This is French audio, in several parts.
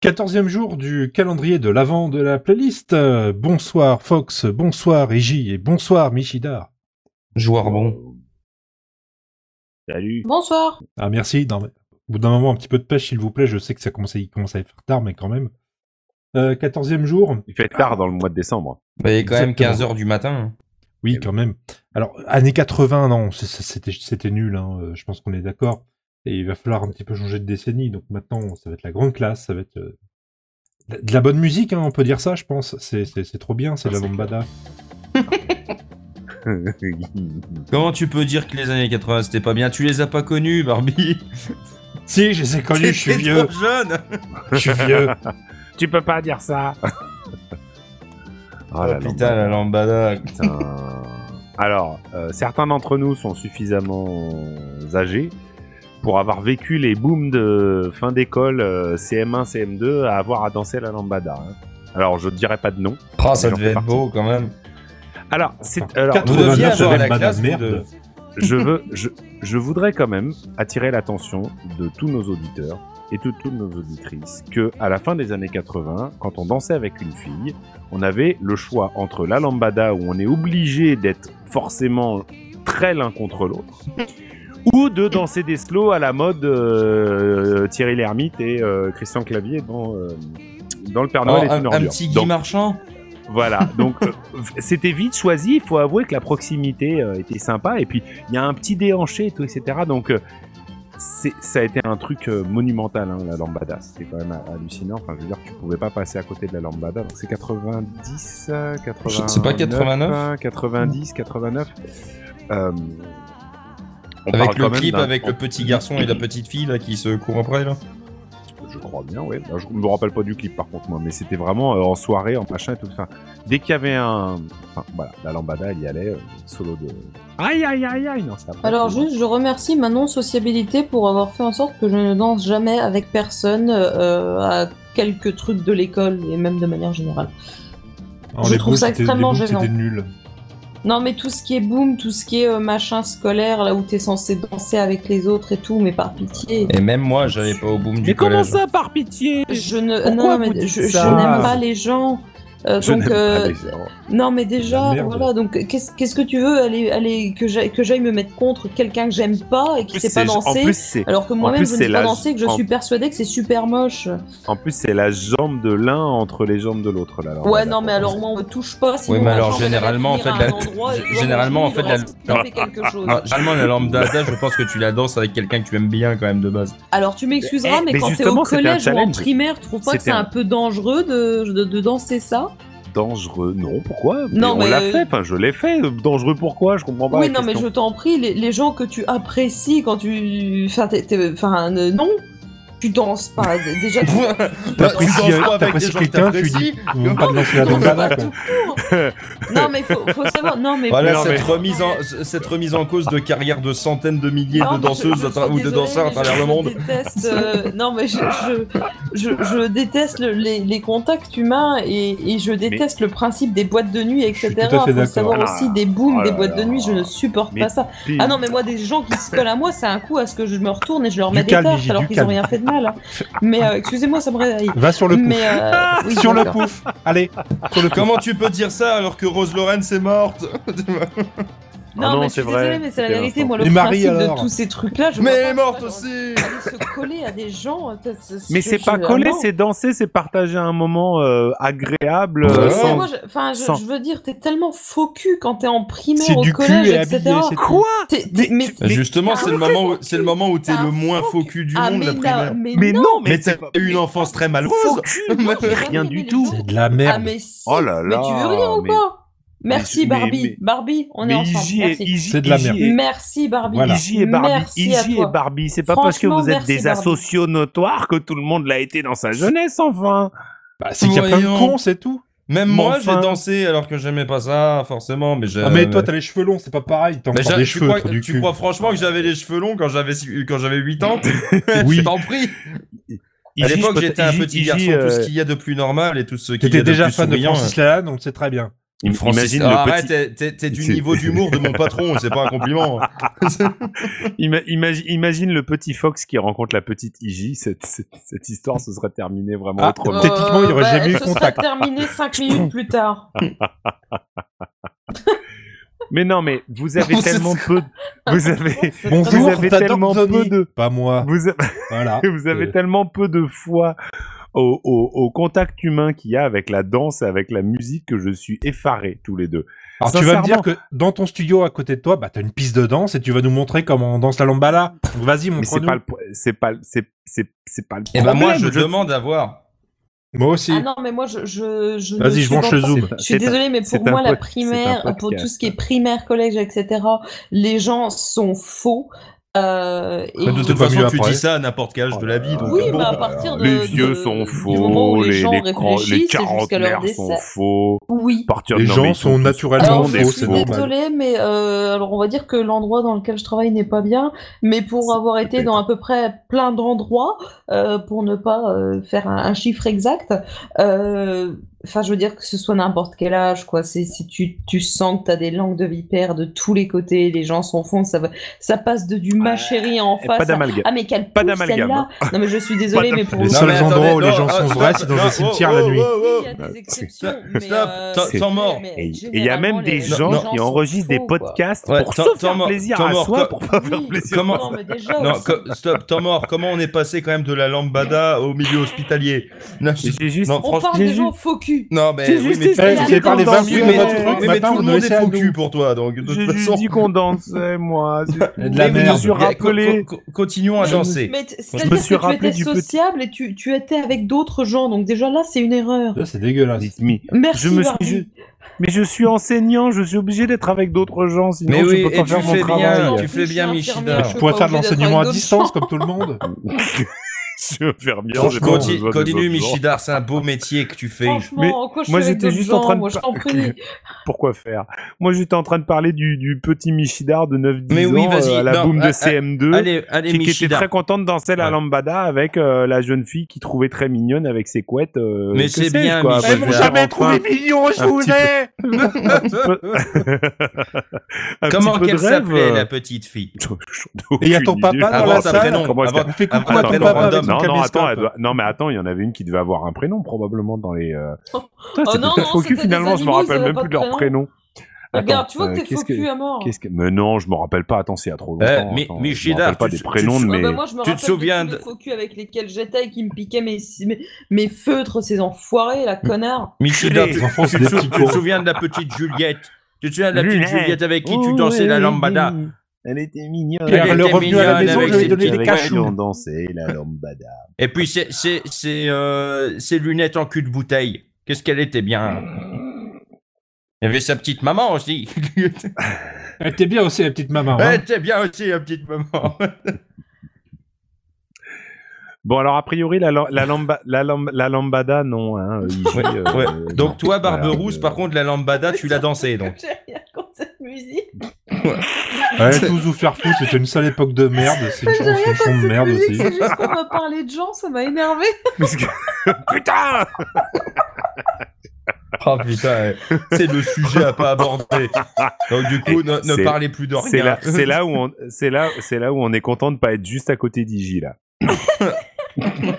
Quatorzième jour du calendrier de l'avant de la playlist. Euh, Bonsoir Fox, bonsoir Eiji et bonsoir Michida. Joueur bon. Salut. Bonsoir. Ah merci, non, mais au bout d'un moment un petit peu de pêche s'il vous plaît, je sais que ça commence à, il commence à faire tard mais quand même. Euh, Quatorzième jour, Il fait tard dans le mois de décembre. Bah, il est quand même Exactement. 15h du matin. hein. oui quand même. Alors années 80 non, c'est- c'est- c'était c'était nul, hein, euh, je pense qu'on est d'accord. Et il va falloir un petit peu changer de décennie, donc maintenant ça va être la grande classe, ça va être euh, de de la bonne musique, hein, on peut dire ça je pense. C'est- C'est c'est trop bien, c'est de la Ah, c'est lambada. Comment tu peux dire que les années 80 c'était pas bien Tu les as pas connus, Barbie Si, je les ai connus, je suis T'étais vieux, trop jeune je suis vieux. Tu peux pas dire ça. Oh, Ah, la Putain, la lambada Putain. Alors, euh, certains d'entre nous sont suffisamment âgés pour avoir vécu les booms de fin d'école euh, CM1, CM2 à avoir à danser la lambada. hein. Alors, je ne dirais pas de nom. Ah, ça J'en fais devait être partie. beau quand même. Alors, c'est, alors Quatre Nous Trop je, bonne devions heure, avoir j'avais la pas de classe nous, merde. de- je veux, je, je voudrais quand même attirer l'attention de tous nos auditeurs et de toutes nos auditrices que à la fin des années 80, quand on dansait avec une fille, on avait le choix entre la lambada où on est obligé d'être forcément très l'un contre l'autre ou de danser des slows à la mode euh, Thierry Lhermitte et euh, Christian Clavier dans euh, dans le Père Alors, Noël Ah est Oh, un, une un ordure. petit Donc, Guy Marchand voilà, donc euh, c'était vite choisi. Il faut avouer que la proximité euh, était sympa. Et puis il y a un petit déhanché et tout, etc. Donc euh, c'est- ça a été un truc euh, monumental, hein, la lambada. C'était quand même euh, hallucinant. Enfin, je veux dire, tu pouvais pas passer à côté de la lambada. Donc c'est 90, euh, 89. C'est pas 89? hein, 90, 89. Euh, on parle Avec quand le même clip, d'un- avec le petit garçon et la petite fille là qui se courent après là. je crois bien, ouais. Bah, je me rappelle pas du clip par contre, moi, mais c'était vraiment euh, en soirée, en machin et tout. Enfin, dès qu'il y avait un. Enfin, voilà, la lambada, elle y allait, euh, solo de. Aïe, aïe, aïe, aïe, non, c'est après. Alors c'est bon. juste, je remercie ma non-sociabilité pour avoir fait en sorte que je ne danse jamais avec personne euh, à quelques trucs de l'école et même de manière générale. Ah, Je les trouve ça bouts, c'était- extrêmement les bouts, gênant. C'était nul. Non mais tout ce qui est boom, tout ce qui est euh, machin scolaire, là où t'es censé danser avec les autres et tout, mais par pitié. Et même moi, j'allais pas au boom du Mais comment collège. ça, par pitié Je ne, Pourquoi non, mais vous dites je, je ça n'aime pas les gens. Euh, Je donc n'aime euh, pas les gens. non mais La déjà merde. voilà donc qu'est-ce qu'est-ce que tu veux aller aller que j'aille que j'aille me mettre contre quelqu'un que j'aime pas et En plus, qui sait pas c'est- danser En plus, c'est, alors que plus, moi-même je ne c'est sais pas la- danser et que je en- suis persuadée que c'est super moche. en plus, c'est la jambe de l'un entre les jambes de l'autre, la lambada. Ouais, non, mais alors moi, on me touche pas. Sinon mais la alors, jambe, elle va généralement, en finir fait, à un la- endroit, et tu vois, généralement, mon en fait, genou, il la- reste tapé quelque chose. Ah, Généralement, la lambada, je pense que tu la danses avec quelqu'un que tu aimes bien quand même de base. Alors, tu m'excuseras, Eh, mais, mais quand t'es justement, au c'était un collège ou en challenge. primaire, tu trouves pas que C'était c'est un- un peu dangereux de, de, de danser ça Dangereux, non, pourquoi Mais Non, On mais- euh, l'a fait, enfin, je l'ai fait. Dangereux, pourquoi Je comprends pas. Oui, la non, mais je question. t'en prie, les, les gens que tu apprécies quand tu. Enfin, t'es- t'es- enfin, euh, non, tu danses pas. Déjà, tu. Ah, T'apprécies Bah, danses pas euh, avec t'apprécies des gens que quelqu'un, tu t'apprécies. dis on pas de lancer la Non, lambada. pas quoi. tout court. non mais faut, faut savoir. Non mais Voilà non, cette, mais- remise en, c- cette remise en cause de carrière de centaines de milliers Non, de mais je- danseuses je à tra- suis ou de désolée, danseurs à mais travers je le monde. déteste, euh, non, mais je, je, je, je déteste le- les, les contacts humains et, et je déteste le principe des boîtes de nuit, etc. suis tout à fait Faut d'accord. savoir Ah, aussi des booms, oh des là boîtes de là. nuit, je ne supporte Mais- pas ça. Puis- Ah non, mais moi, des gens qui se collent à moi, c'est un coup à ce que je me retourne et je leur Du mets des calme, tartes Gigi, alors du qu'ils n'ont calme. rien fait de mal. hein. Mais euh, excusez-moi, ça me réveille. Va sur le pouf. Mais, euh, oui, sur le d'accord. pouf. Allez, sur le pouf. Comment tu peux dire ça alors que Rose Lorraine est morte Non, Ah non, mais c'est je suis vrai, désolée, mais c'est la c'était vérité. l'instant. Moi, le Et Marie, principe alors de tous ces trucs-là, je Mais vois elle est pas, morte dans- aussi aller se coller à des gens. ça, ça, Mais je- c'est je- pas ah coller, non. c'est danser, c'est partager un moment euh, agréable. Ouais. euh, Mais Ouais. ça, sans- moi, je, enfin, je, sans- je veux dire, t'es tellement faux cul quand t'es en C'est primaire, au du cul collège, et etc. habillé. c'est tout. T'es- t'es- mais Bah, Justement, c'est le moment où c'est le moment où t'es Ah, le moins fuck. faux cul du ah, monde mais, la là- primaire. mais Mais non, non, mais Mais c'est t'as pas- eu une enfance très malheureuse. Faux cul, non, j'ai jamais rien aimé du les tout. gens. C'est de la Ah, merde. mais si. Oh là Mais tu veux là, rire ou mais- pas Merci mais- Barbie. mais- Barbie, on est mais ensemble. Izzy et- Merci. Izzy- C'est de la Izzy merde. et- Merci Barbie. Voilà. Izzy et Barbie, Merci à Izzy et toi. Barbie, c'est pas parce que Franchement, vous êtes merci, des Barbie. asociaux notoires que tout le monde l'a été dans sa jeunesse, enfin. Bah, c'est qu'il y a plein de Voyons. cons, c'est tout. Même Mais moi, enfin. j'ai dansé alors que j'aimais pas ça forcément, mais j'ai. Ah, mais toi, t'as les cheveux longs, c'est pas pareil. T'as Euh, Mais encore j'a- des tu, cheveux crois, autour du tu cul. crois franchement que j'avais les cheveux longs quand j'avais six- quand j'avais 8 ans Oui. Je t'en prie. À Izzy, je l'époque, peux- j'étais un Izzy- petit Izzy, garçon, tout euh, ce qu'il y a de plus normal et tout ce qu'il y a T'étais de déjà plus fan de souriant. hein. Francis Lalanne, on le sait très bien. Im- Francis, imagine, ah, le arrête, petit, t'es- t'es t'es du C'est- niveau d'humour de mon patron, c'est pas un compliment. ima- imagine, imagine le petit Fox qui rencontre la petite Iggy. Cette, cette- cette histoire se serait terminée vraiment Ah, autrement. t'es- Techniquement, il y aurait jamais eu bah, ce contact. sera terminé 5 minutes plus tard. Mais non, mais vous avez C'est tellement peu. de- Vous avez. C'est Bonjour, Vous vraiment- avez t'as tellement Dordogne. peu de- Pas moi. Vous, a- Voilà. vous avez Euh, tellement peu de foi au, au- au contact humain qu'il y a avec la danse, avec la musique, que je suis effaré tous les deux. Alors tu vas me dire Sincèrement. que dans ton studio à côté de toi, bah t'as une piste de danse et tu vas nous montrer comment on danse la lambada. Donc, Vas-y, Mais c'est montre-nous. pas le, po- c'est pas, le- c'est, c'est, c'est pas le Et ben moi, je problème, demande à voir. Moi aussi. Ah non, mais moi, je. je, je ne Vas-y, je suis branche pas- le zoom. C'est- Je c'est suis un- désolée, mais c'est pour un moi, la pod- primaire, c'est un pour tout podcast. ce qui est primaire, collège, etc., les gens sont faux. euh, et De tout toute va mieux façon, tu après. dis ça à n'importe quel âge de la vie. donc, Oui, euh, bon, mais à bah, partir de. Les vieux de- sont du moment où faux, les, les, gens les, cran- réfléchissent, les c'est jusqu'à leur quarantenaires décès. sont faux. Oui. Partir Les non, gens mais ils sont tous- naturellement tout le Alors, monde faux, est Ah, je c'est suis normal. désolée, mais euh, alors on va dire que l'endroit dans lequel je travaille n'est pas bien, mais pour C'est- avoir été peut-être. dans à peu près plein d'endroits, euh, pour ne pas euh, faire un, un chiffre exact, euh, enfin je veux dire que ce soit n'importe quel âge, quoi. C'est si tu, tu sens que t'as des langues de vipère de tous les côtés, les gens sont fond, ça va, ça passe de du ma chérie en Et Pas face. à- d'amalgame. Ah mais quelle pas pousse, d'amalgame, hein. celle-là Non mais je suis désolée, Pas mais pour Les moi- seuls mais attendez, endroits où les non, gens sont ah, vrais, stop, c'est dans non, un cimetière oh, la oh, nuit. oh, oh. Oui, il y a des exceptions, Stop, mais, stop, euh, temps- c'est- temps mort. mais Et et il y a généralement, même les- des les gens non, qui sont enregistrent des faux, quoi. podcasts Ouais, pour tant- se tant faire mort- plaisir tant à mort, soi, co- pour pas faire Oui, plaisir. comment- Non, mais déjà, Non, aussi. co- stop, temps mort. Comment on est passé quand même de la lambada au milieu hospitalier Non, je- J'ai juste. non, on franchement. parle j'ai des gens juste- faux cul. Non, mais J'ai oui, juste mais- essayé Eh, vous avez parlé 20 Oui, minutes mais, de votre truc, oui, mais maintenant tout le vous nous monde laissez est à faux nous. cul pour toi, donc de J'ai toute juste façon. dit qu'on dansait, moi. c'est tout. Et de la Mais je me merde. suis rappelé. Co- co- Continuons à Mais- danser. mais t- Je me C'est-à-dire suis que tu rappelé étais du petit- sociable et tu, tu étais avec d'autres gens, donc déjà là, c'est une erreur. Ça, C'est dégueulasse. Dites me. Merci, Je me suis Barbie. ju- Mais je suis enseignant, je suis obligé d'être avec d'autres gens, sinon Mais je oui, peux et pas tu faire mon fais travail. bien, Je tu suis fais bien, infirmière, Michida. Je Je pourrais suis faire de pas obligée l'enseignement à d'être avec distance comme tout le monde. Bah, Je suis infirmière, j'ai pas Conti- besoin de Continue, d'autres gens. Michidar, c'est un beau métier que tu fais. Franchement, Mais en quoi je moi, suis avec j'étais d'autres juste en gens, train de moi, je t'en par- prie. Pourquoi faire Moi, j'étais en train de parler du, du petit Michidar de 9-10 Mais oui, ans vas-y, euh, à la non, boum de ah, ah, CM2 Allez, allez, qui, qui était Michidar. très contente de danser la Ouais. lambada avec euh, la jeune fille qui trouvait très mignonne avec ses couettes. euh, Mais que c'est sais-je, bien, quoi. bah, Michel. Elles m'ont Gérard, jamais trouvé mignon, je vous ai un Comment petit peu de qu'elle rêve, s'appelait, euh, la petite fille J'en- j'en ai Et il y a aucune ton papa idée, je dans sais la pas Avant salle. ta prénom. comment est-ce Avant- On fait coucou Attends, à ton attends, papa random. avec son Non, non, attends, elle caméscope. doit- non, mais attends, il y en avait une qui devait avoir un prénom probablement dans les. euh, Putain, Oh c'était non, peut-être non, faux cul, c'était des finalement, je me animaux, ils rappelle avaient même pas plus de de leur prénom. Regarde, tu vois euh, que t'es hein. qu'est-ce faux cul à mort. qu'est-ce que- Mais non, je me rappelle pas, attends, c'est il y a trop Eh, longtemps. Mi- attends, je Michidar, me rappelle pas tu- des tu- prénoms, tu- Ah mais. bah moi, je me tu te rappelle de tous souviens les de- faux cul avec lesquels j'étais et qui me piquaient mes, mes, mes feutres, ces enfoirés, Mm. là, connards. Michidar, Les tu, enfants, Eh, c'est tu des te sou- petits tu te cons. souviens de la petite Juliette Tu te souviens de la petite Lunette. Juliette avec qui tu Oh, dansais la elle lambada était- Elle était mignonne. Pierre, Elle le était revenu à la mignonne maison, avec je lui ai ses donné petits des Avec qui cachous. on dansait la lambada. Et puis, c'est c'est- c'est, euh, ses lunettes en cul de bouteille. Qu'est-ce qu'elle était bien Il y avait sa petite maman aussi. Elle était Eh, bien aussi, la petite maman. hein. Elle était bien aussi, la petite maman. Bon, alors, a priori, la, la, la, lamba- la, lam- la lambada, non. Hein, euh, Iji, Ouais, euh, ouais. euh, non. Donc toi, Voilà, Barberousse, euh, par contre, la lambada, tu l'as dansée, donc. J'ai rien contre cette musique. hein. Ouais, tous ou faire foutre, c'était une sale époque de merde. C'est une J'ai rien chanson- contre chanson de cette merde musique, aussi. c'est juste qu'on m'a parlé de gens, ça m'a énervé. Parce que- Putain Oh putain, ouais. c'est le sujet à pas aborder. Donc du coup, Et ne, ne c'est- parlez plus de rien. C'est là, c'est là où on, c'est là, c'est là où on est content de pas être juste à côté d'Igi là.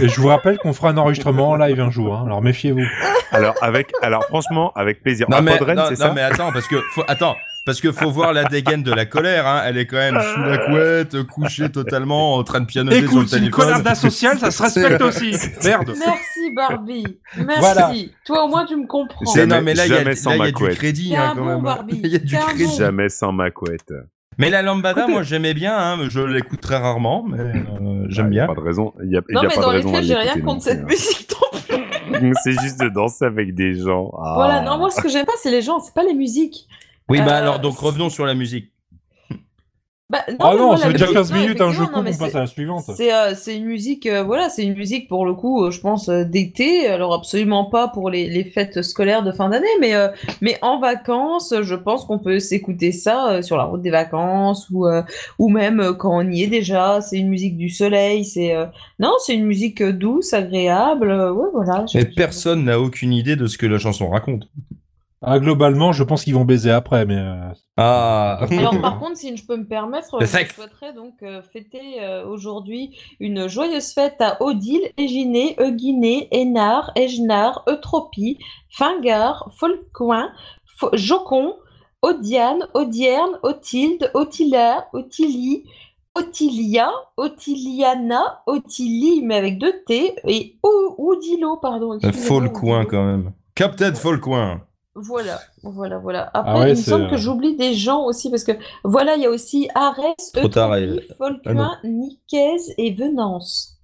Et je vous rappelle qu'on fera un enregistrement en live un jour. hein, Alors méfiez-vous. Alors avec, alors franchement, avec plaisir. Non Ah, mais, Podren, non, c'est non, ça mais attends, parce que faut, attends, parce que faut voir la dégaine de la colère. Hein. Elle est quand même sous la couette, couchée totalement, en train de pianoter sur le téléphone. sociale, ça se respecte aussi. Merde. Merci Barbie, merci. Voilà. Toi au moins tu me comprends. C'est Jamais- non mais là il y a, jamais là, sans il y a ma du couette. crédit T'es hein, un quand bon même. Barbie, Il y a du t'es un crédit. bon. Jamais sans ma couette. Mais la lambada, moi j'aimais bien. Hein. Je l'écouterai rarement, mais euh, j'aime Ah, y a bien. Pas de raison. Il y a, Non y a mais pas dans de les raison. à faits j'ai rien l'écouter euh. contre non cette plus, musique tant pis. hein. c'est juste de danser avec des gens. Ah. Voilà, non moi ce que j'aime pas c'est les gens, c'est pas les musiques. Oui, bah Euh, alors donc revenons sur la musique. Bah, non, Oh mais non, moi, ça la fait déjà musique- 15 non, minutes, hein, je effectivement, non, coupe, mais on c'est- passe à la suivante. C'est euh, c'est une musique, euh, voilà, c'est une musique pour le coup, euh, je pense, euh, d'été. Alors absolument pas pour les, les fêtes scolaires de fin d'année, mais, euh, mais en vacances, euh, je pense qu'on peut s'écouter ça euh, sur la route des vacances ou, euh, ou même euh, quand on y est déjà. C'est une musique du soleil, c'est... euh, Non, c'est une musique euh, douce, agréable. euh, ouais, voilà. je- Mais je- personne n'a aucune idée de ce que la chanson raconte. Ah, globalement, je pense qu'ils vont baiser après, mais. euh, Ah. Alors par contre, si je peux me permettre, Le je sexe. souhaiterais donc euh, fêter euh, aujourd'hui une joyeuse fête à Odile, Éginé, Euguiné, Hénard, Ejnar, Eutropie, Fingar, Folcoin, Fo- Jocon, Odiane, Odierne, Otilde, Otila, Otili, Otilia, Otiliana, Otili, mais avec deux T, et O- Oudilo, pardon. Faut Euh, le excusez-moi, coin Oudilo. quand même. Captain Faut le coin. Voilà, voilà, voilà. Ah Après, ouais, il me c'est- semble que j'oublie des gens aussi, parce que voilà, il y a aussi Arès, Trop tard, Eutropie, Folquin, Nicaise et Venance.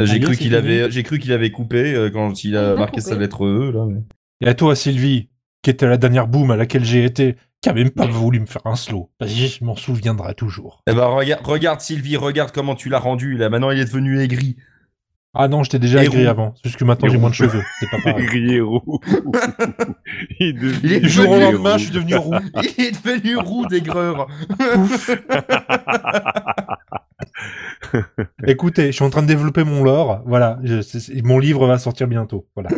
Ah, J'ai bien, cru c'est qu'il fini. avait, j'ai cru qu'il avait coupé euh, quand il Il a a marqué coupé. sa lettre E là. mais- Et à toi, Sylvie, qui était la dernière boom à laquelle j'ai été, qui a même pas voulu me faire un slow. Vas-y, je m'en souviendrai toujours. Eh ben regarde, regarde Sylvie, regarde comment tu l'as rendu là. Maintenant il est devenu aigri. Ah non, j'étais déjà Et aigri roux. avant. C'est juste que maintenant Et j'ai roux. moins de cheveux. C'est pas pareil. Riero. il, devient- Il est Du jour au devenu oh. lendemain, je suis devenu roux. Il est devenu roux d'aigreur. Écoutez, je suis en train de développer mon lore. Voilà, je- c'est- c'est- mon livre va sortir bientôt. Voilà.